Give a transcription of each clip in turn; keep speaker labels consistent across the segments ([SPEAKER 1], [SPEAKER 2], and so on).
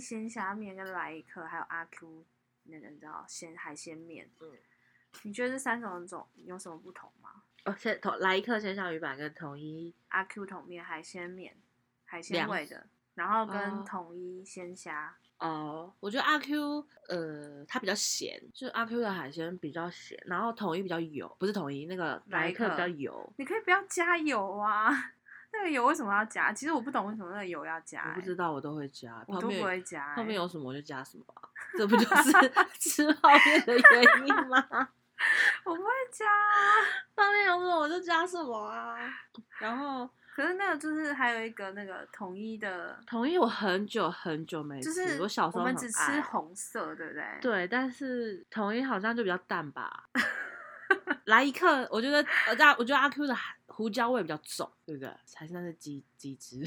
[SPEAKER 1] 鲜虾面跟来一客，还有阿 Q 那个你知道鲜海鲜面，
[SPEAKER 2] 嗯，
[SPEAKER 1] 你觉得这三种种有什么不同吗？
[SPEAKER 2] 哦，先统来一克鲜小鱼板跟统一
[SPEAKER 1] 阿 Q 桶面、海鲜面、海鲜
[SPEAKER 2] 两
[SPEAKER 1] 味的，然后跟
[SPEAKER 2] 哦
[SPEAKER 1] 统一鲜虾，
[SPEAKER 2] 哦，我觉得阿 Q 呃，它比较咸，就是阿 Q 的海鲜比较咸，然后统一比较油，不是统一那个
[SPEAKER 1] 哪
[SPEAKER 2] 来
[SPEAKER 1] 一
[SPEAKER 2] 一克
[SPEAKER 1] 克
[SPEAKER 2] 比较油，
[SPEAKER 1] 你可以不要加油啊， 那个油为什么要加？其实我不懂为什么那个油要加、
[SPEAKER 2] 我不
[SPEAKER 1] 欸
[SPEAKER 2] 知道我都会加，
[SPEAKER 1] 我
[SPEAKER 2] 泡
[SPEAKER 1] 都不
[SPEAKER 2] 面
[SPEAKER 1] 会加、
[SPEAKER 2] 泡
[SPEAKER 1] 欸
[SPEAKER 2] 面有什么我就加什么啊、这不就是 吃泡面的原因吗？
[SPEAKER 1] 我不会加、啊。
[SPEAKER 2] 泡面有什么我就加什么啊，然后。
[SPEAKER 1] 可是那个就是还有一个那个统一的，
[SPEAKER 2] 统一我很久很久没吃，
[SPEAKER 1] 就是
[SPEAKER 2] 我小时候
[SPEAKER 1] 们
[SPEAKER 2] 很
[SPEAKER 1] 只吃
[SPEAKER 2] 爱欸
[SPEAKER 1] 红色，对不对？，
[SPEAKER 2] 对，但是统一好像就比较淡吧。 来一克，我觉得呃，大我觉得阿 Q 的胡椒味比较重，对不对？还是那是鸡鸡汁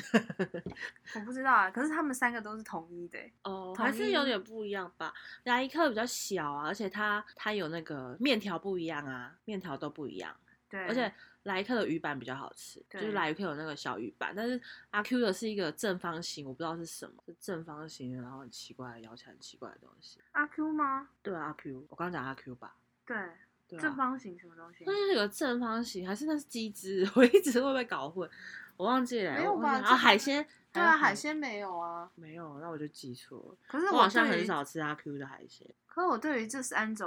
[SPEAKER 1] 我不知道啊。可是他们三个都是统一的欸、
[SPEAKER 2] 哦，
[SPEAKER 1] 统
[SPEAKER 2] 还是有
[SPEAKER 1] 一
[SPEAKER 2] 点不一样吧。来一克比较小啊，而且它它有那个面条不一样啊，面条都不一样，
[SPEAKER 1] 对，
[SPEAKER 2] 而且来一克的鱼板比较好吃，就是
[SPEAKER 1] 对
[SPEAKER 2] 来一克有那个小鱼板，但是阿 Q 的是一个正方形，我不知道是什么，是正方形，然后很奇怪，咬起来很奇怪的东西。
[SPEAKER 1] 阿 Q 吗？
[SPEAKER 2] 对啊，阿 Q，我刚刚讲阿 Q 吧。
[SPEAKER 1] 对，
[SPEAKER 2] 对啊、
[SPEAKER 1] 正方形什么东西
[SPEAKER 2] 那？是有正方形，还是那是鸡汁？ 我一直会被搞混，我忘记了。
[SPEAKER 1] 没有
[SPEAKER 2] 我忘
[SPEAKER 1] 吧
[SPEAKER 2] 记了
[SPEAKER 1] 这
[SPEAKER 2] 啊，
[SPEAKER 1] 个
[SPEAKER 2] 海鲜，
[SPEAKER 1] 对
[SPEAKER 2] 还
[SPEAKER 1] 啊，
[SPEAKER 2] 有
[SPEAKER 1] 海鲜没有啊。
[SPEAKER 2] 没有，那我就记错了。
[SPEAKER 1] 可是
[SPEAKER 2] 我
[SPEAKER 1] 我
[SPEAKER 2] 好像
[SPEAKER 1] 对
[SPEAKER 2] 很
[SPEAKER 1] 于
[SPEAKER 2] 少吃阿 Q 的海鲜。
[SPEAKER 1] 可是我对于这三种，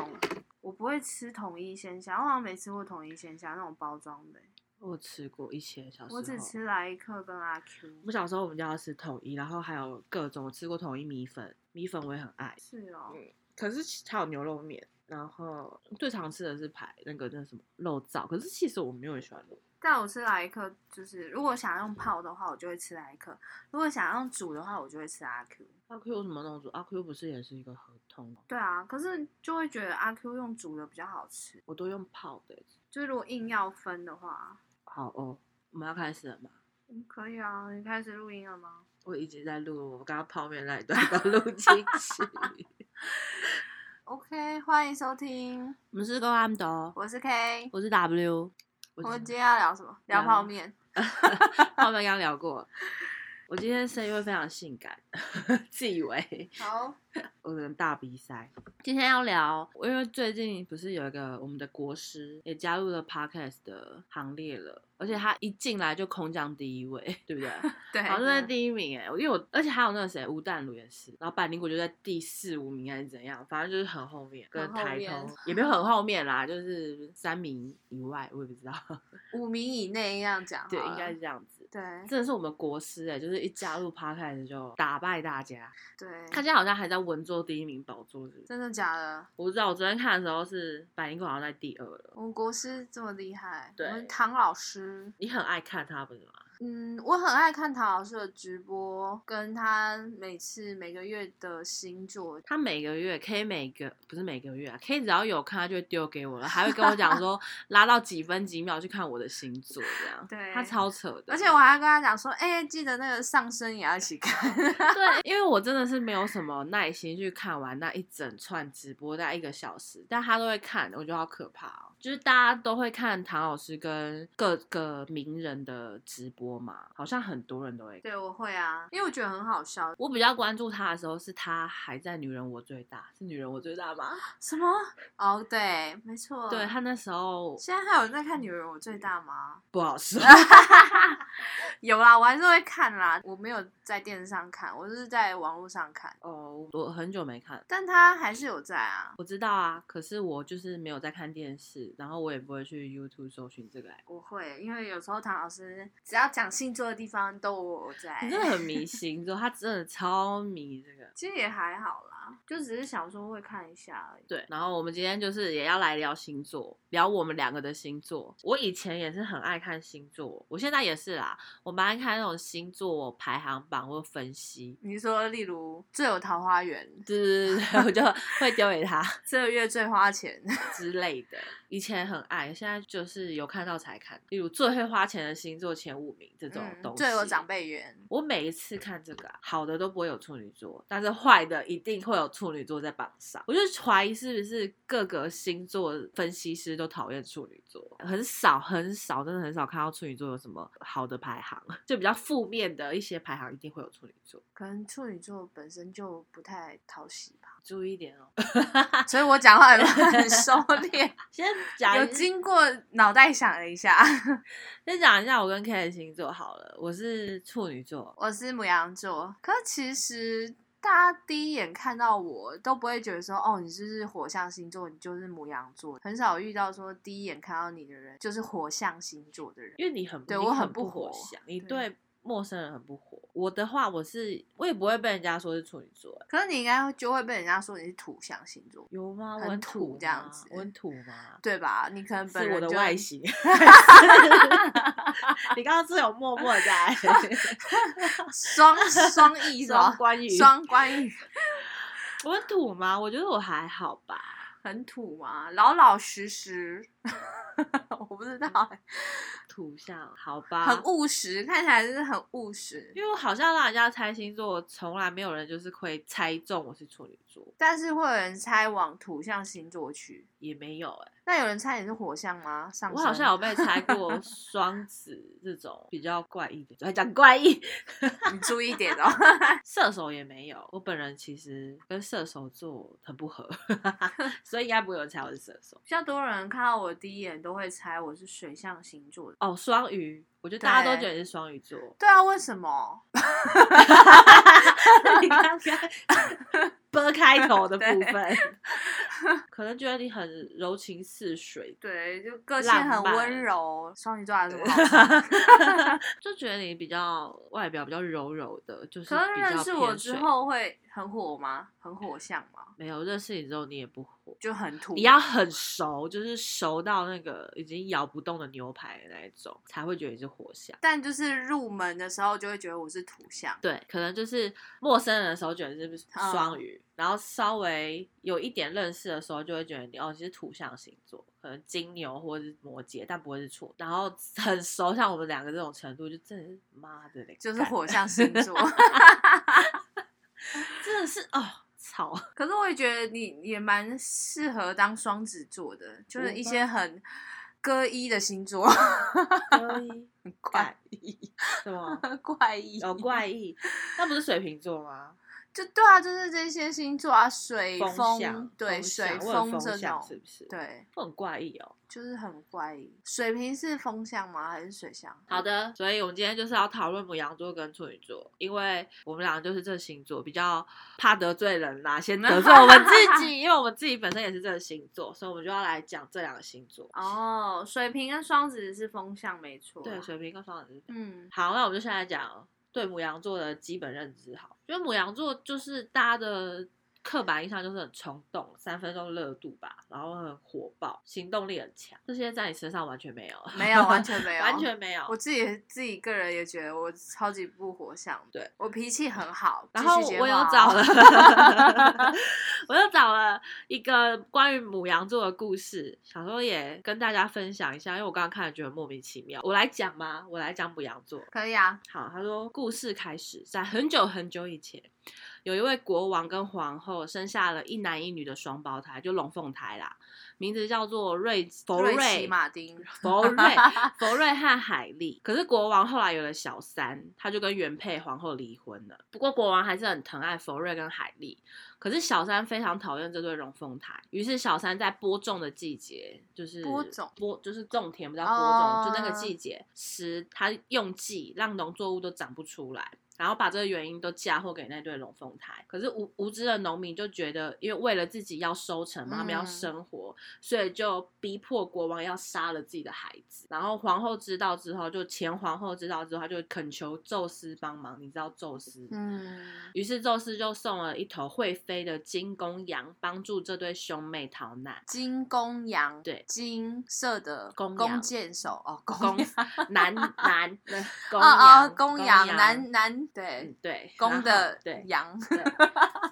[SPEAKER 1] 我不会吃统一鲜虾，我好像没吃过统一鲜虾那种包装的欸、
[SPEAKER 2] 我吃过一些小时候，
[SPEAKER 1] 我只吃来一克跟阿 Q。
[SPEAKER 2] 我小时候我们家要吃统一，然后还有各种，我吃过统一米粉，米粉我也很爱。
[SPEAKER 1] 是哦，
[SPEAKER 2] 嗯可是其还有牛肉面，然后最常吃的是排那个那什么肉燥，可是其实我没有很喜欢肉。
[SPEAKER 1] 但我吃来一克就是，如果想用泡的话，我就会吃来一克；如果想用煮的话，我就会吃阿 Q。
[SPEAKER 2] 阿 Q 有什么那种？阿 Q 不是也是一个合同吗？
[SPEAKER 1] 对啊，可是就会觉得阿 Q 用煮的比较好吃。
[SPEAKER 2] 我都用泡的。欸
[SPEAKER 1] 就是如果硬要分的话，
[SPEAKER 2] 好哦，我们要开始了吗？
[SPEAKER 1] 嗯，可以啊。你开始录音了吗？
[SPEAKER 2] 我已经在录了，我刚刚泡面那一段 都录进去。
[SPEAKER 1] OK，欢迎收听，
[SPEAKER 2] 我们是高安德，
[SPEAKER 1] 我是 K。
[SPEAKER 2] 我是 W，我
[SPEAKER 1] 我们
[SPEAKER 2] 今
[SPEAKER 1] 今天要聊什么？聊
[SPEAKER 2] 聊
[SPEAKER 1] 泡面。
[SPEAKER 2] 泡面刚聊过。我今天声音会非常性感，自以为
[SPEAKER 1] 好，
[SPEAKER 2] 我有点大鼻塞。今天要聊，因为最近不是有一个我们的国师也加入了 podcast 的行列了，而且他一进来就空降第一位，对不对？
[SPEAKER 1] 对，啊
[SPEAKER 2] 好像在
[SPEAKER 1] 对
[SPEAKER 2] 第一名哎、因为我而且还有那个谁，吴淡如也是，然后百灵果就在第四五名还是怎样，反正就是很后面，跟
[SPEAKER 1] 很后
[SPEAKER 2] 台
[SPEAKER 1] 面
[SPEAKER 2] 通也没有很后面啦，就是三名以外，我也不知道，
[SPEAKER 1] 五名以内这样讲，
[SPEAKER 2] 对，应该是。这样子。
[SPEAKER 1] 对
[SPEAKER 2] 真的是我们国师哎、就是一加入 p o d c a s 就打败大家，
[SPEAKER 1] 对，
[SPEAKER 2] 他现在好像还在文座第一名宝座是不是？
[SPEAKER 1] 真的假的？
[SPEAKER 2] 我不知道，我昨天看的时候是百灵果好像在第二了。
[SPEAKER 1] 我们国师这么厉害，
[SPEAKER 2] 对
[SPEAKER 1] 我们唐老师，
[SPEAKER 2] 你很爱看他不是吗？
[SPEAKER 1] 嗯，我很爱看唐老师的直播，跟他每次每个月的星座，
[SPEAKER 2] 他每个月 K 每个不是每个月啊，K 只要有看他就会丢给我了，还会跟我 讲说拉到几分几秒去看我的星座这样。
[SPEAKER 1] 对
[SPEAKER 2] 他超扯的。
[SPEAKER 1] 而且我还跟他讲说，哎、记得那个上升也要一起 看。
[SPEAKER 2] 对，因为我真的是没有什么耐心去看完那一整串直播，大概一个小时，但他都会看，我觉得好可怕哦。就是大家都会看唐老师跟各个名人的直播嘛，好像很多人都会看。
[SPEAKER 1] 对，我会啊，因为我觉得很好笑。
[SPEAKER 2] 我比较关注他的时候是他还在《女人我最大》，是《女人我最大》吗？
[SPEAKER 1] 什么？哦，对，没错。
[SPEAKER 2] 对他那时候
[SPEAKER 1] 现在还有人在看《女人我最大》吗？
[SPEAKER 2] 不好说。
[SPEAKER 1] 有啦，我还是会看啦。我没有在电视上看，我是在网络上看，
[SPEAKER 2] 哦，我很久没看，
[SPEAKER 1] 但他还是有在啊。
[SPEAKER 2] 我知道啊，可是我就是没有在看电视，然后我也不会去 YouTube 搜寻这个来。
[SPEAKER 1] 我会，因为有时候唐老师只要讲星座的地方都我在。
[SPEAKER 2] 你真的很 迷星座，他真的超迷这个。
[SPEAKER 1] 其实也还好啦，就只是想说会看一下而已。
[SPEAKER 2] 对，然后我们今天就是也要来聊星座，聊我们两个的星座。我以前也是很爱看星座，我现在也是啦，我蛮爱看那种星座排行榜或分析。
[SPEAKER 1] 你说，例如最有桃花源，
[SPEAKER 2] 对对对对，我就会丢给他
[SPEAKER 1] 这个月最花钱，
[SPEAKER 2] 之类的。以前很爱，现在就是有看到才看。例如最会花钱的星座前五名这种东
[SPEAKER 1] 嗯
[SPEAKER 2] 西，
[SPEAKER 1] 最有长辈缘。
[SPEAKER 2] 我每一次看这个、啊，好的都不会有处女座，但是坏的一定会有处女座在榜上。我就怀疑是不是各个星座分析师都讨厌处女座，很少很少，真的很少看到处女座有什么好的排行，就比较负面的一些排行一定会有处女座。
[SPEAKER 1] 可能处女座本身就不太讨喜吧，
[SPEAKER 2] 注意一点哦，
[SPEAKER 1] 所以我讲话也 很收敛，
[SPEAKER 2] 先讲
[SPEAKER 1] 有
[SPEAKER 2] 一
[SPEAKER 1] 经过脑袋想了一下。
[SPEAKER 2] 先讲一下我跟 K 的星座好了，我是处女座，
[SPEAKER 1] 我是母羊座，可是其实大家第一眼看到我都不会觉得说，哦，你就是火象星座，你就是母羊座，很少遇到说第一眼看到你的人就是火象星座的人。
[SPEAKER 2] 因为你很
[SPEAKER 1] 对
[SPEAKER 2] 你
[SPEAKER 1] 我
[SPEAKER 2] 很
[SPEAKER 1] 很不
[SPEAKER 2] 火
[SPEAKER 1] 火
[SPEAKER 2] 象，你
[SPEAKER 1] 对
[SPEAKER 2] 对陌生人很不火。我的话，我是我也不会被人家说是处女座、欸
[SPEAKER 1] 可是你应该就会被人家说你是土象星座，
[SPEAKER 2] 有吗？
[SPEAKER 1] 很
[SPEAKER 2] 我
[SPEAKER 1] 土
[SPEAKER 2] 土
[SPEAKER 1] 这样
[SPEAKER 2] 吗
[SPEAKER 1] 子
[SPEAKER 2] 我很土吗？
[SPEAKER 1] 对吧？你可能
[SPEAKER 2] 是
[SPEAKER 1] 本人
[SPEAKER 2] 我的
[SPEAKER 1] 就
[SPEAKER 2] 外形。 你刚刚是有默默 在
[SPEAKER 1] 双双 翼是吧
[SPEAKER 2] 双？关于
[SPEAKER 1] 双关语
[SPEAKER 2] 我很土吗？我觉得我还好吧。
[SPEAKER 1] 很土嘛，老老实实， 我不知道
[SPEAKER 2] 嗯
[SPEAKER 1] 欸、
[SPEAKER 2] 土象好吧，
[SPEAKER 1] 很务实，看起来就是很务实，
[SPEAKER 2] 因为我好像让人家猜星座，从来没有人就是会猜中我是处女座，
[SPEAKER 1] 但是会有人猜往土象星座去。
[SPEAKER 2] 也没有哎、
[SPEAKER 1] 那有人猜你是火象吗？上
[SPEAKER 2] 我好
[SPEAKER 1] 升
[SPEAKER 2] 像有被 猜过双子这种比较怪异的，还讲怪异，
[SPEAKER 1] 你注意一点 哦。
[SPEAKER 2] 射手也没有。我本人其实跟射手座很 不合，所以应该不会有人猜我是射手。
[SPEAKER 1] 比较多人看到我第一眼都会猜我是水象星座的。
[SPEAKER 2] 哦，双鱼，我觉得大家都
[SPEAKER 1] 对
[SPEAKER 2] 觉得你是双鱼座。
[SPEAKER 1] 对啊，为什么？
[SPEAKER 2] 你 刚刚 b 开头的部
[SPEAKER 1] 对
[SPEAKER 2] 分，可能觉得你很柔情似水，
[SPEAKER 1] 对，就个性
[SPEAKER 2] 浪
[SPEAKER 1] 很
[SPEAKER 2] 漫
[SPEAKER 1] 温柔，双鱼座还是什么好 看？
[SPEAKER 2] 就觉得你比较外表比较柔柔的，就是
[SPEAKER 1] 可是
[SPEAKER 2] 比较
[SPEAKER 1] 认识我
[SPEAKER 2] 偏
[SPEAKER 1] 之
[SPEAKER 2] 水
[SPEAKER 1] 后会很火吗？很火象吗？
[SPEAKER 2] 没有认识你之后你也不火。
[SPEAKER 1] 就很土。
[SPEAKER 2] 你要很熟，就是熟到那个已经咬不动的牛排的那一种，才会觉得你是火象。
[SPEAKER 1] 但就是入门的时候就会觉得我是土象，
[SPEAKER 2] 对，可能就是陌生人的时候觉得你是
[SPEAKER 1] 嗯
[SPEAKER 2] 双鱼，然后稍微有一点认识的时候，就会觉得你哦，你是土象星座，可能金牛或者是摩羯，但不会是处。然后很熟，像我们两个这种程度，就真的是妈的嘞，
[SPEAKER 1] 就是
[SPEAKER 2] 干
[SPEAKER 1] 火象星 座。
[SPEAKER 2] 真的是哦，操，
[SPEAKER 1] 可是我也觉得你也蛮适合当双子座的，就是一些很歌一的星座，
[SPEAKER 2] 所 以
[SPEAKER 1] 很
[SPEAKER 2] 怪
[SPEAKER 1] 怪
[SPEAKER 2] 异，什么？
[SPEAKER 1] 怪异，
[SPEAKER 2] 有怪异，那不是水瓶座吗？
[SPEAKER 1] 就对啊，就是这些星座啊，水
[SPEAKER 2] 象
[SPEAKER 1] 风，对
[SPEAKER 2] 风象
[SPEAKER 1] 水
[SPEAKER 2] 我有
[SPEAKER 1] 风这
[SPEAKER 2] 象
[SPEAKER 1] 种，
[SPEAKER 2] 是不是？，
[SPEAKER 1] 对，
[SPEAKER 2] 很怪异哦。
[SPEAKER 1] 就是很怪异。水瓶是风象吗？还是水象？
[SPEAKER 2] 好，的，所以我们今天就是要讨论母羊座跟处女座，因为我们俩就是这星座，比较怕得罪人啦，先得罪我们自己，因为我们自己本身也是这个星座，所以我们就要来讲这两个星座。
[SPEAKER 1] 哦，水瓶跟双子是风象，没错。啊
[SPEAKER 2] 对，水瓶跟双子。
[SPEAKER 1] 嗯，
[SPEAKER 2] 好，那我们就先来讲对母羊座的基本认知。好，因为母羊座就是大家的刻板印象就是很冲动，三分钟热度吧，然后很火爆，行动力很强，这些在你身上完全没有，
[SPEAKER 1] 没有，完全没有，
[SPEAKER 2] 完全没有。
[SPEAKER 1] 我自己自己个人也觉得我超级不火象，
[SPEAKER 2] 对
[SPEAKER 1] 我脾气很好。
[SPEAKER 2] 然
[SPEAKER 1] 继
[SPEAKER 2] 后
[SPEAKER 1] 续接
[SPEAKER 2] 我有
[SPEAKER 1] 话哦
[SPEAKER 2] 找 了，我又找了一个关于母羊座的故事，想说也跟大家分享一下，因为我刚刚看了觉得莫名其妙。我来讲吗？我来讲母羊座。
[SPEAKER 1] 可以啊，
[SPEAKER 2] 好，他说故事开始在很久很久以前，有一位国王跟皇后生下了一男一女的双胞胎，就龙凤胎啦，名字叫做瑞佛
[SPEAKER 1] 瑞
[SPEAKER 2] 瑞
[SPEAKER 1] 奇马丁，
[SPEAKER 2] 佛瑞 佛瑞和海莉。可是国王后来有了小三，他就跟原配皇后离婚了。不过国王还是很疼爱佛瑞跟海莉。可是小三非常讨厌这对龙凤胎，于是小三在播种的季节，就是
[SPEAKER 1] 播种
[SPEAKER 2] 播就是种田，不叫播种
[SPEAKER 1] 哦
[SPEAKER 2] 就那个季节时，他用计让农作物都长不出来。然后把这个原因都嫁祸给那对龙凤胎，可是无无知的农民就觉得，因为为了自己要收成嘛，他们要
[SPEAKER 1] 嗯
[SPEAKER 2] 生活，所以就逼迫国王要杀了自己的孩子。然后皇后知道之后，就前皇后知道之后，她就恳求宙斯帮忙。你知道宙斯？
[SPEAKER 1] 嗯，
[SPEAKER 2] 于是宙斯就送了一头会飞的金公羊，帮助这对兄妹逃难。
[SPEAKER 1] 金公羊，
[SPEAKER 2] 对
[SPEAKER 1] 金色的
[SPEAKER 2] 公羊
[SPEAKER 1] 弓箭手哦，
[SPEAKER 2] 公
[SPEAKER 1] 羊，
[SPEAKER 2] 男男呃公
[SPEAKER 1] 哦
[SPEAKER 2] 羊
[SPEAKER 1] 哦，公
[SPEAKER 2] 羊
[SPEAKER 1] 羊，男男
[SPEAKER 2] 公，
[SPEAKER 1] 对
[SPEAKER 2] 嗯，对，然
[SPEAKER 1] 公
[SPEAKER 2] 后
[SPEAKER 1] 的
[SPEAKER 2] 对，
[SPEAKER 1] 羊，
[SPEAKER 2] 对，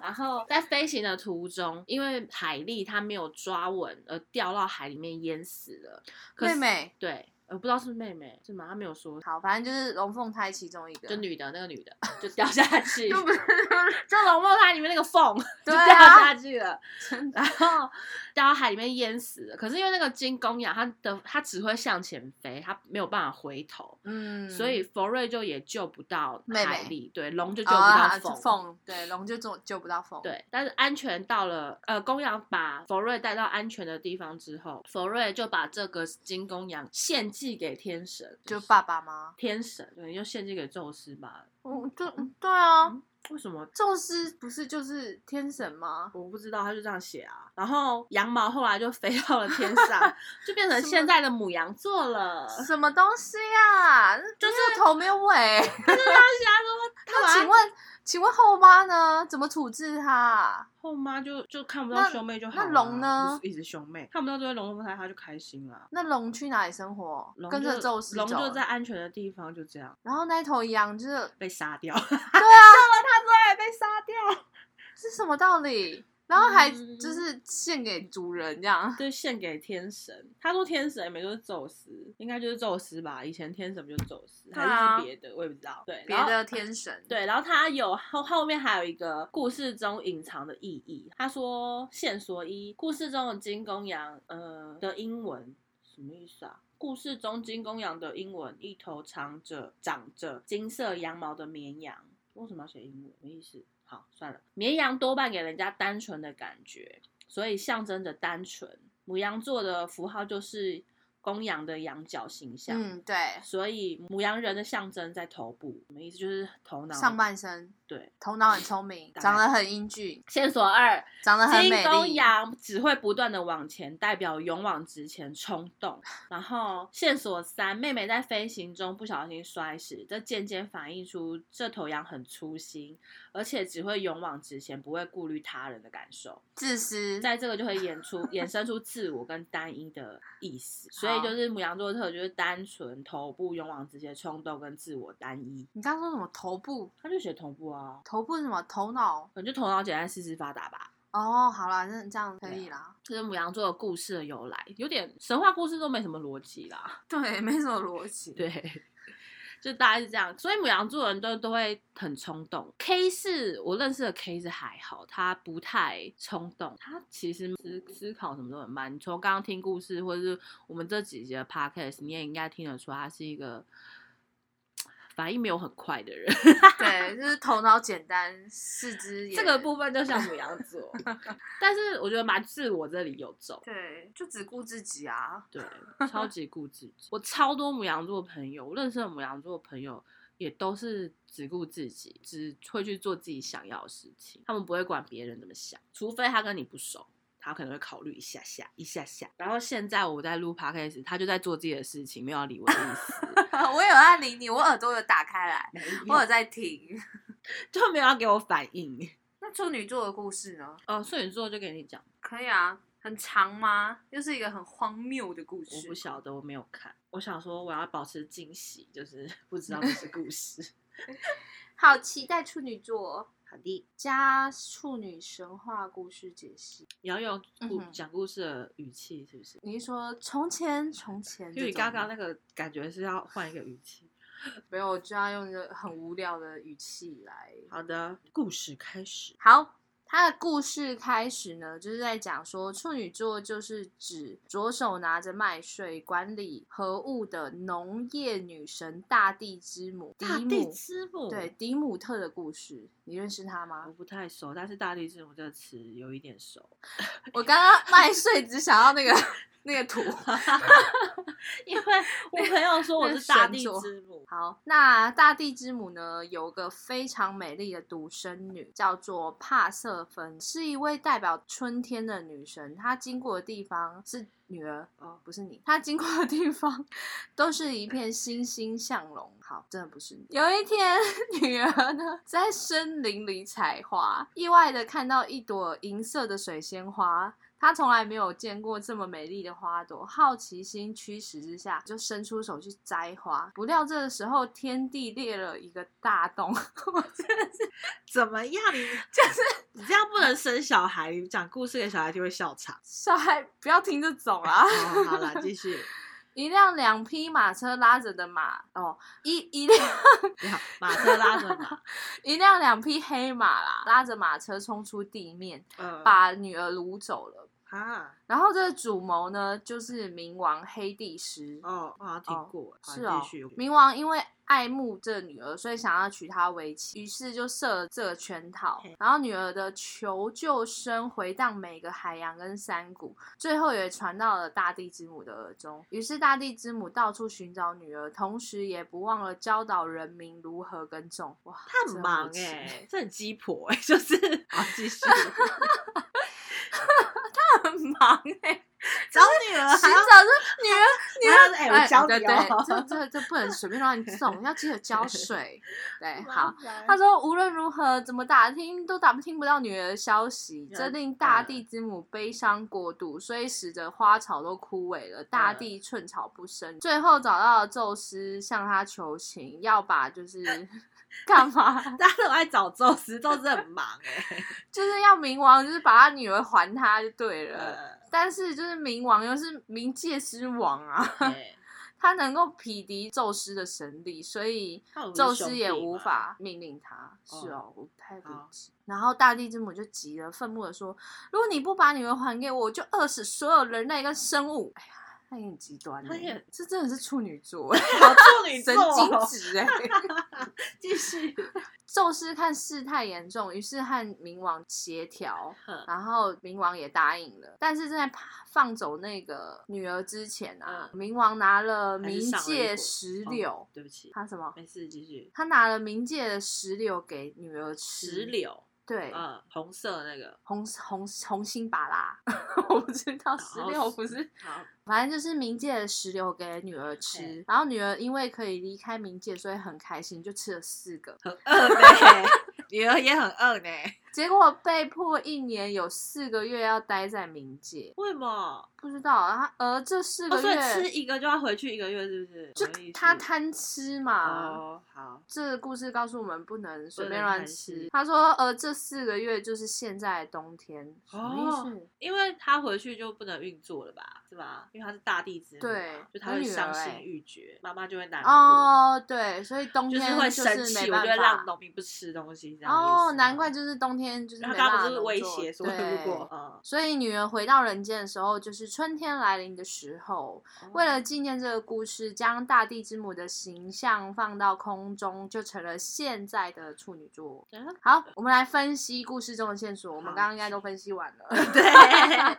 [SPEAKER 2] 然后在飞行的途中，因为海莉她没有抓稳，而掉到海里面淹死了。可
[SPEAKER 1] 妹
[SPEAKER 2] 是
[SPEAKER 1] 妹，
[SPEAKER 2] 对，呃我不知道是不是妹妹是吗？她没有说，
[SPEAKER 1] 好，反正就是龙凤胎其中一个，
[SPEAKER 2] 就女的那个女的就掉下
[SPEAKER 1] 啊就
[SPEAKER 2] 去，就
[SPEAKER 1] 不是
[SPEAKER 2] 《龙猫胎》里面那个凤就
[SPEAKER 1] 对
[SPEAKER 2] 掉
[SPEAKER 1] 啊
[SPEAKER 2] 下去了，
[SPEAKER 1] 真 的
[SPEAKER 2] 然后掉到海里面淹死了。可是因为那个金公羊，它的它只会向前飞，它没有办法回头。
[SPEAKER 1] 嗯，
[SPEAKER 2] 所以佛瑞就也救不到
[SPEAKER 1] 妹妹
[SPEAKER 2] 海莉，对龙就救不到
[SPEAKER 1] 啊，
[SPEAKER 2] 凤、
[SPEAKER 1] 就凤，对，龙就救救不到凤，，
[SPEAKER 2] 对，但是安全到了，呃，公羊把佛瑞带到安全的地方之后，佛瑞就把这个金公羊献祭给天神，
[SPEAKER 1] 就爸爸吗？
[SPEAKER 2] 天神，对，就献祭给宙斯吧。
[SPEAKER 1] 嗯，就对啊，
[SPEAKER 2] 为什么？
[SPEAKER 1] 宙斯不是就是天神吗？
[SPEAKER 2] 我不知道，他就这样写啊。然后羊毛后来就飞到了 天上，就变成现在的母羊座了。
[SPEAKER 1] 什么东西啊？就是头没有尾。
[SPEAKER 2] 啊 他
[SPEAKER 1] 那请
[SPEAKER 2] 把
[SPEAKER 1] 问，请问后妈呢？怎么处置啊她？
[SPEAKER 2] 后妈就就看不
[SPEAKER 1] 那
[SPEAKER 2] 到兄妹就好
[SPEAKER 1] 那
[SPEAKER 2] 了
[SPEAKER 1] 龙
[SPEAKER 2] 啊
[SPEAKER 1] 呢
[SPEAKER 2] 就是一直兄妹看不到这位龙凤胎，他就开心了。
[SPEAKER 1] 那龙去哪里生活？
[SPEAKER 2] 龙
[SPEAKER 1] 跟着
[SPEAKER 2] 就
[SPEAKER 1] 宙斯
[SPEAKER 2] 龙
[SPEAKER 1] 走
[SPEAKER 2] 就在安全的地方，就这样
[SPEAKER 1] 然后那头羊 就是，
[SPEAKER 2] 被杀掉。
[SPEAKER 1] 对啊，
[SPEAKER 2] 对，被杀掉。
[SPEAKER 1] 是什么道理？然后还
[SPEAKER 2] 嗯
[SPEAKER 1] 就是献给主人这样，
[SPEAKER 2] 就献给天神。他说天神，也没就是宙斯，应该就是宙斯吧？以前天神不就是宙斯，
[SPEAKER 1] 对啊
[SPEAKER 2] 还是 别的，我也不知道。对，
[SPEAKER 1] 别
[SPEAKER 2] 然后。
[SPEAKER 1] 的天神，
[SPEAKER 2] 对，然后他有后后面还有一个故事中隐藏的意义。他说线索一，故事中的金公羊，呃的英文什么意思啊？故事中金公羊的英文，一头长着长着金色羊毛的绵羊。为什么要写英文？什么意思？好，算了，绵羊多半给人家单纯的感觉，所以象征着单纯。母羊座的符号就是公羊的羊角形象。
[SPEAKER 1] 嗯，对，
[SPEAKER 2] 所以母羊人的象征在头部，什么意思？就是头脑
[SPEAKER 1] 上半身
[SPEAKER 2] 对。
[SPEAKER 1] 头脑很聪明，
[SPEAKER 2] 大概
[SPEAKER 1] 长得很英俊，
[SPEAKER 2] 线索二，
[SPEAKER 1] 长得很
[SPEAKER 2] 金
[SPEAKER 1] 美
[SPEAKER 2] 公
[SPEAKER 1] 丽。
[SPEAKER 2] 羊只会不断的往前，代表勇往直前、冲动。然后线索三，妹妹在飞行中不小心摔死，这渐渐反映出这头羊很粗心，而且只会勇往直前，不会顾虑他人的感受。
[SPEAKER 1] 自私，
[SPEAKER 2] 在这个就会演出衍生出自我跟单一的意思，所以就是母羊座的特质就是单纯、头部、勇往直前、冲动跟自我单一。
[SPEAKER 1] 你刚刚说什么头部？
[SPEAKER 2] 他就写头部啊，
[SPEAKER 1] 头部是什么头脑？
[SPEAKER 2] 可能就头脑简单、四肢发达吧。
[SPEAKER 1] 哦，好啦，那这样可以啦。
[SPEAKER 2] 这是母羊座的故事的由来，有点神话故事都没什么逻辑啦。
[SPEAKER 1] 对，没什么逻辑。，
[SPEAKER 2] 对， 就大概是这样。所以母羊座的人都都会很冲动。K 是我认识的 K 是还好，他不太冲动，他其实思思考什么都很慢。你从刚刚听故事，或者是我们这几集的 podcast，你也应该听得出他是一个反应没有很快的人。
[SPEAKER 1] 对，就是头脑简单，四肢也
[SPEAKER 2] 这个部分就像母羊座， 但是我觉得蛮自我这里有走。
[SPEAKER 1] 对，就只顾自己啊。
[SPEAKER 2] 对，超级顾自己。我超多母羊座朋友，我认识的母羊座朋友也都是只顾自己，只会去做自己想要的事情，他们不会管别人怎么想，除非他跟你不熟。他可能会考虑一下下，一下下。然后现在我在录 podcast，他就在做自己的事情，没有要理我的意思，
[SPEAKER 1] 我有在理你，我耳朵有打开来，
[SPEAKER 2] 没
[SPEAKER 1] 我有
[SPEAKER 2] 有，
[SPEAKER 1] 在听。
[SPEAKER 2] 就没有要给我反应。
[SPEAKER 1] 那处女座的故事呢？
[SPEAKER 2] 哦，处女座就给你讲，
[SPEAKER 1] 可以啊，很长吗？又是一个很荒谬的故
[SPEAKER 2] 我
[SPEAKER 1] 事。
[SPEAKER 2] 不晓得，我没有看。我想说我要保持惊喜，就是 不知道这是故 事。
[SPEAKER 1] 好期待处女座
[SPEAKER 2] 好的。
[SPEAKER 1] 加处女神话故事解析。
[SPEAKER 2] 你要用
[SPEAKER 1] 嗯
[SPEAKER 2] 故
[SPEAKER 1] 哼
[SPEAKER 2] 讲故事的语气，是不是？
[SPEAKER 1] 你是说从前从前这种吗，
[SPEAKER 2] 因为你刚刚那个感觉是要换一个语气。
[SPEAKER 1] 没有，我就要用一个很无聊的语气来。
[SPEAKER 2] 好的，故事开始。
[SPEAKER 1] 好，他的故事开始呢，就是在讲说处女座就是指左手拿着麦穗管理河务的农业女神大地之母迪
[SPEAKER 2] 大地
[SPEAKER 1] 姆，
[SPEAKER 2] 之母，
[SPEAKER 1] 对，迪姆特的故事，你认识她
[SPEAKER 2] 我
[SPEAKER 1] 吗？
[SPEAKER 2] 不太熟，但是大地之母这个词有一点熟，
[SPEAKER 1] 我刚刚麦穗只想要那个 那个图。
[SPEAKER 2] 因为我朋友说我
[SPEAKER 1] 那
[SPEAKER 2] 是大
[SPEAKER 1] 神
[SPEAKER 2] 地
[SPEAKER 1] 作
[SPEAKER 2] 之母。
[SPEAKER 1] 好，那大地之母呢，有个非常美丽的独生女，叫做帕瑟芬，是一位代表春天的女神。她经过的地方是女儿哦，不是你。她经过的地方都是一片欣欣向荣。好，真的不是你。有一天， 女儿呢在森林里采花，意外的看到一朵银色的水仙花，他他从来没有见过这么美丽的花朵，好奇心驱使之下，就伸出手去摘花。不料这个时候，天地裂了一个大洞， 我真的是
[SPEAKER 2] 怎么样？你 就是你这样不能生小孩，你讲故事给小孩就会笑场。
[SPEAKER 1] 小孩不要听这种啊！
[SPEAKER 2] 哦，好啦，继续。
[SPEAKER 1] 一辆两匹马车拉着的马哦，一一辆
[SPEAKER 2] 你好，马车拉着马，
[SPEAKER 1] 一辆两匹黑马啦，拉着马车冲出地面，
[SPEAKER 2] 呃，
[SPEAKER 1] 把女儿掳走了。
[SPEAKER 2] 啊，
[SPEAKER 1] 然后这个主谋呢，就是冥王黑帝师。
[SPEAKER 2] 哦，我好像听
[SPEAKER 1] 哦
[SPEAKER 2] 过，好
[SPEAKER 1] 是哦
[SPEAKER 2] 继续，。
[SPEAKER 1] 冥王因为爱慕这女儿，所以想要娶她为妻，于是就设了这个圈套
[SPEAKER 2] 嘿。
[SPEAKER 1] 然后女儿的求救声回荡每个海洋跟山谷，最后也传到了大地之母的耳中。于是大地之母到处寻找女儿，同时也不忘了教导人民如何耕种。哇，
[SPEAKER 2] 他很
[SPEAKER 1] 真
[SPEAKER 2] 忙
[SPEAKER 1] 无情
[SPEAKER 2] 哎、这很鸡婆哎、就是好继续
[SPEAKER 1] 很忙 哎、
[SPEAKER 2] 找女 儿
[SPEAKER 1] 寻找
[SPEAKER 2] 还要
[SPEAKER 1] 这女儿， 女儿，
[SPEAKER 2] 还要哎我教
[SPEAKER 1] 啊对
[SPEAKER 2] 你
[SPEAKER 1] 对
[SPEAKER 2] 哦，
[SPEAKER 1] 这这这不能随便乱 送，要记得浇水。对，好，
[SPEAKER 2] 麻烦
[SPEAKER 1] 他说无论如何怎么打听都打听不到女儿的消息，
[SPEAKER 2] 嗯
[SPEAKER 1] 这令大地之母悲伤过度，所以使得花草都枯萎了，大地寸草不生。最后找到了宙斯，向他求情，要把就是 干 嘛，
[SPEAKER 2] 大家都爱找宙斯，宙斯很忙哎、
[SPEAKER 1] 就是要冥王，就是把他女儿还他就对了。
[SPEAKER 2] 呃
[SPEAKER 1] 但是就是冥王又是冥界之王啊，
[SPEAKER 2] 哎
[SPEAKER 1] 他能够匹敌宙斯的神力，所以
[SPEAKER 2] 他有
[SPEAKER 1] 宙斯
[SPEAKER 2] 兄弟
[SPEAKER 1] 也无
[SPEAKER 2] 吗
[SPEAKER 1] 法命令他。
[SPEAKER 2] 哦
[SPEAKER 1] 是哦，我不太理
[SPEAKER 2] 好
[SPEAKER 1] 解。然后大地之母就急了，愤怒的说：“如果你不把女儿还给我，我就饿死所有人类跟生物。”哎呀，他也很极端欸，
[SPEAKER 2] 他也
[SPEAKER 1] 这真的是处女座欸，
[SPEAKER 2] 好处女座
[SPEAKER 1] 神
[SPEAKER 2] 哦、
[SPEAKER 1] 经质 哎。
[SPEAKER 2] 继续，嗯
[SPEAKER 1] 宙斯看事态严重，于是和冥王协调，
[SPEAKER 2] 哼
[SPEAKER 1] 然后冥王也答应了，但是在放走那个女儿之前啊，冥王拿了
[SPEAKER 2] 嗯还是
[SPEAKER 1] 冥
[SPEAKER 2] 上了一
[SPEAKER 1] 界
[SPEAKER 2] 火
[SPEAKER 1] 石
[SPEAKER 2] 哦
[SPEAKER 1] 榴，
[SPEAKER 2] 对不起，
[SPEAKER 1] 他什么？
[SPEAKER 2] 没事，继续。
[SPEAKER 1] 他拿了冥界的石榴给女儿吃，
[SPEAKER 2] 石榴，
[SPEAKER 1] 对，
[SPEAKER 2] 嗯，红色那个，
[SPEAKER 1] 红红红心巴拉， 我不知道石
[SPEAKER 2] 然
[SPEAKER 1] 榴
[SPEAKER 2] 后
[SPEAKER 1] 哦不是，
[SPEAKER 2] 好，
[SPEAKER 1] 反正就是冥界的石榴给女儿吃
[SPEAKER 2] 嘿，
[SPEAKER 1] 然后女儿因为可以离开冥界，所以很开心，就吃了四个，
[SPEAKER 2] 很饿呢、女儿也很饿呢、
[SPEAKER 1] 结果被迫一年有四个月要待在冥界，
[SPEAKER 2] 为什么？
[SPEAKER 1] 不知道啊，他而这四
[SPEAKER 2] 哦，
[SPEAKER 1] 个
[SPEAKER 2] 所以
[SPEAKER 1] 月、
[SPEAKER 2] 吃一个就要回去一个月，是不是？
[SPEAKER 1] 就
[SPEAKER 2] 我的意思
[SPEAKER 1] 他贪吃嘛。
[SPEAKER 2] 哦，好，
[SPEAKER 1] 这个故事告诉我们不能随
[SPEAKER 2] 不
[SPEAKER 1] 便
[SPEAKER 2] 能
[SPEAKER 1] 乱
[SPEAKER 2] 贪
[SPEAKER 1] 吃
[SPEAKER 2] 吃。
[SPEAKER 1] 他说，呃，这四个月就是现在的冬天，什么意思？
[SPEAKER 2] 因为他回去就不能运作了吧？是吧？因为他是大地之母嘛，
[SPEAKER 1] 对
[SPEAKER 2] 就他
[SPEAKER 1] 我
[SPEAKER 2] 会
[SPEAKER 1] 女儿
[SPEAKER 2] 伤
[SPEAKER 1] 欸
[SPEAKER 2] 心欲绝，妈妈就会难过，
[SPEAKER 1] 哦，对，所以冬
[SPEAKER 2] 就
[SPEAKER 1] 天
[SPEAKER 2] 是会
[SPEAKER 1] 没
[SPEAKER 2] 生气，我
[SPEAKER 1] 办
[SPEAKER 2] 就会让
[SPEAKER 1] 法
[SPEAKER 2] 农民不吃东西这样的意思
[SPEAKER 1] 哦，
[SPEAKER 2] 吗
[SPEAKER 1] 难怪就是冬天就是
[SPEAKER 2] 他
[SPEAKER 1] 没
[SPEAKER 2] 刚
[SPEAKER 1] 办
[SPEAKER 2] 刚
[SPEAKER 1] 法
[SPEAKER 2] 不是
[SPEAKER 1] 农
[SPEAKER 2] 威
[SPEAKER 1] 作
[SPEAKER 2] 胁说
[SPEAKER 1] 对
[SPEAKER 2] 如果嗯，
[SPEAKER 1] 所以女儿回到人间的时候，就是春天来临的时候。为
[SPEAKER 2] 哦
[SPEAKER 1] 了纪念这个故事，将大地之母的形象放到空中，就成了现在的处女座。
[SPEAKER 2] 嗯
[SPEAKER 1] 好，我们来分析故事中的线索。我们
[SPEAKER 2] 好
[SPEAKER 1] 刚刚应该都分析完了。
[SPEAKER 2] 对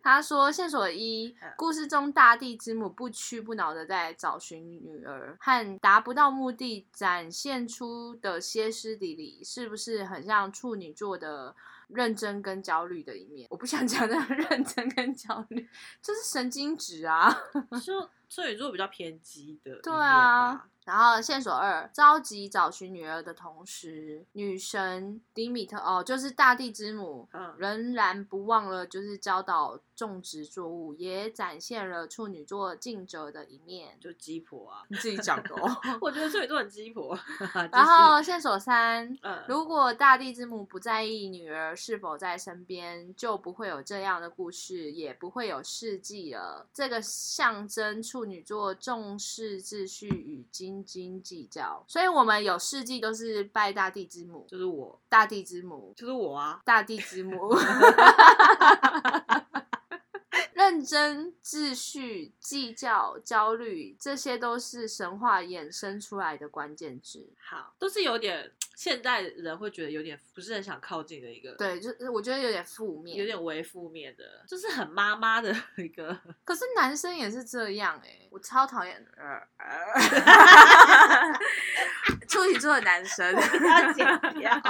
[SPEAKER 1] 他说：“线索一
[SPEAKER 2] 嗯，
[SPEAKER 1] 故事中大地之母不屈不挠的在找寻女儿，和达不到目的展现出的歇斯底里，是不是很像处女座的认真跟焦虑的一 面？我不想讲那个认真跟焦虑，就是神经质啊。
[SPEAKER 2] 就处女座比较偏激的一面吧，
[SPEAKER 1] 对啊。”然后线索二，着急找寻女儿的同时，女神迪米特哦，就是大地之母，
[SPEAKER 2] 嗯，
[SPEAKER 1] 仍然不忘了就是教导种植作物，也展现了处女座尽责的一面。
[SPEAKER 2] 就鸡婆啊，
[SPEAKER 1] 你自己讲的哦。
[SPEAKER 2] 我觉得处女座很鸡婆。
[SPEAKER 1] 然后线索三，
[SPEAKER 2] 嗯，
[SPEAKER 1] 如果大地之母不在意女儿是否在身边，就不会有这样的故事，也不会有事迹了。这个象征处女座重视秩序与斤斤计较，所以我们有事迹都是拜大地之母，
[SPEAKER 2] 就是我，
[SPEAKER 1] 大地之母，
[SPEAKER 2] 就是我啊，
[SPEAKER 1] 大地之母， 认真、秩序、计较、焦虑，这些都是神话衍生出来的关键字。
[SPEAKER 2] 好，都是有点现代人会觉得有点不是很想靠近的一个，，
[SPEAKER 1] 对，就是我觉得有点负面，
[SPEAKER 2] 有。点为负面的，就是很妈妈的一 个。
[SPEAKER 1] 可是男生也是这样哎、我超讨厌。呃 处女座的男生，
[SPEAKER 2] 要剪掉。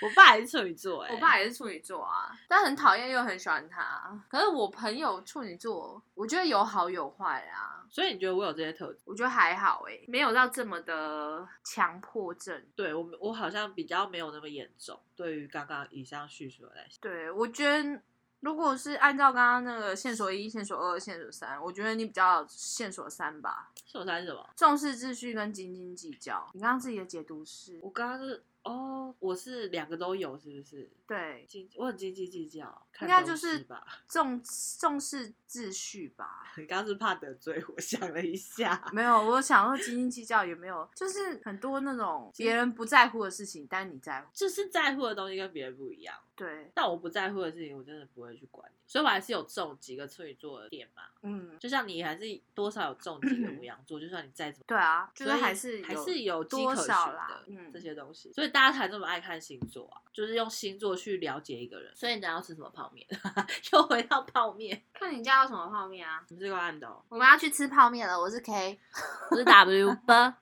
[SPEAKER 2] 我爸也是处女座、欸，
[SPEAKER 1] 我爸也是处女座啊，但很讨厌又很喜欢他。啊可是我朋友处女座，我觉得有好有坏啊。
[SPEAKER 2] 所以你觉得我有这些特质？
[SPEAKER 1] 我觉得还好哎、没有到这么的强迫症。
[SPEAKER 2] 对我，我好像比较没有那么严重。对于刚刚以上叙述的来说，
[SPEAKER 1] 对我觉得如果是按照刚刚那个线索一、线索二、线索三，我觉得你比较线索三吧，
[SPEAKER 2] 秀才是什么？
[SPEAKER 1] 重视秩序跟斤斤计较。你刚刚自己的解读是，
[SPEAKER 2] 我刚刚是哦，我是两个都有，是不是？
[SPEAKER 1] 对，
[SPEAKER 2] 斤，我很斤斤计较，
[SPEAKER 1] 应
[SPEAKER 2] 看
[SPEAKER 1] 该
[SPEAKER 2] 东
[SPEAKER 1] 就是
[SPEAKER 2] 西吧。
[SPEAKER 1] 重重视秩序吧。
[SPEAKER 2] 你刚刚是怕得罪我，想了一下，
[SPEAKER 1] 没有，我想说斤斤计较也没有，就是很多那种别人不在乎的事情，但你在乎。
[SPEAKER 2] 就是在乎的东西跟别人不一样。
[SPEAKER 1] 对，
[SPEAKER 2] 但我不在乎的事情，我真的不会去管你，所以我还是有中几个处女座的点嘛。
[SPEAKER 1] 嗯，
[SPEAKER 2] 就像你还是多少有中几个母羊座，就算你再怎么，
[SPEAKER 1] 对啊，就
[SPEAKER 2] 所以
[SPEAKER 1] 是还是
[SPEAKER 2] 还
[SPEAKER 1] 有
[SPEAKER 2] 是有迹
[SPEAKER 1] 多
[SPEAKER 2] 可循
[SPEAKER 1] 少啦
[SPEAKER 2] 的，
[SPEAKER 1] 嗯
[SPEAKER 2] 这些东西，所以大家才这么爱看星座啊，就是用星座去了解一个人。所以你等下要吃什么泡面？ 又回到泡面，
[SPEAKER 1] 看你家有什么泡面啊？
[SPEAKER 2] 你是个暗的哦，
[SPEAKER 1] 我们要去吃泡面了，我是 K。
[SPEAKER 2] 我是 W 吧。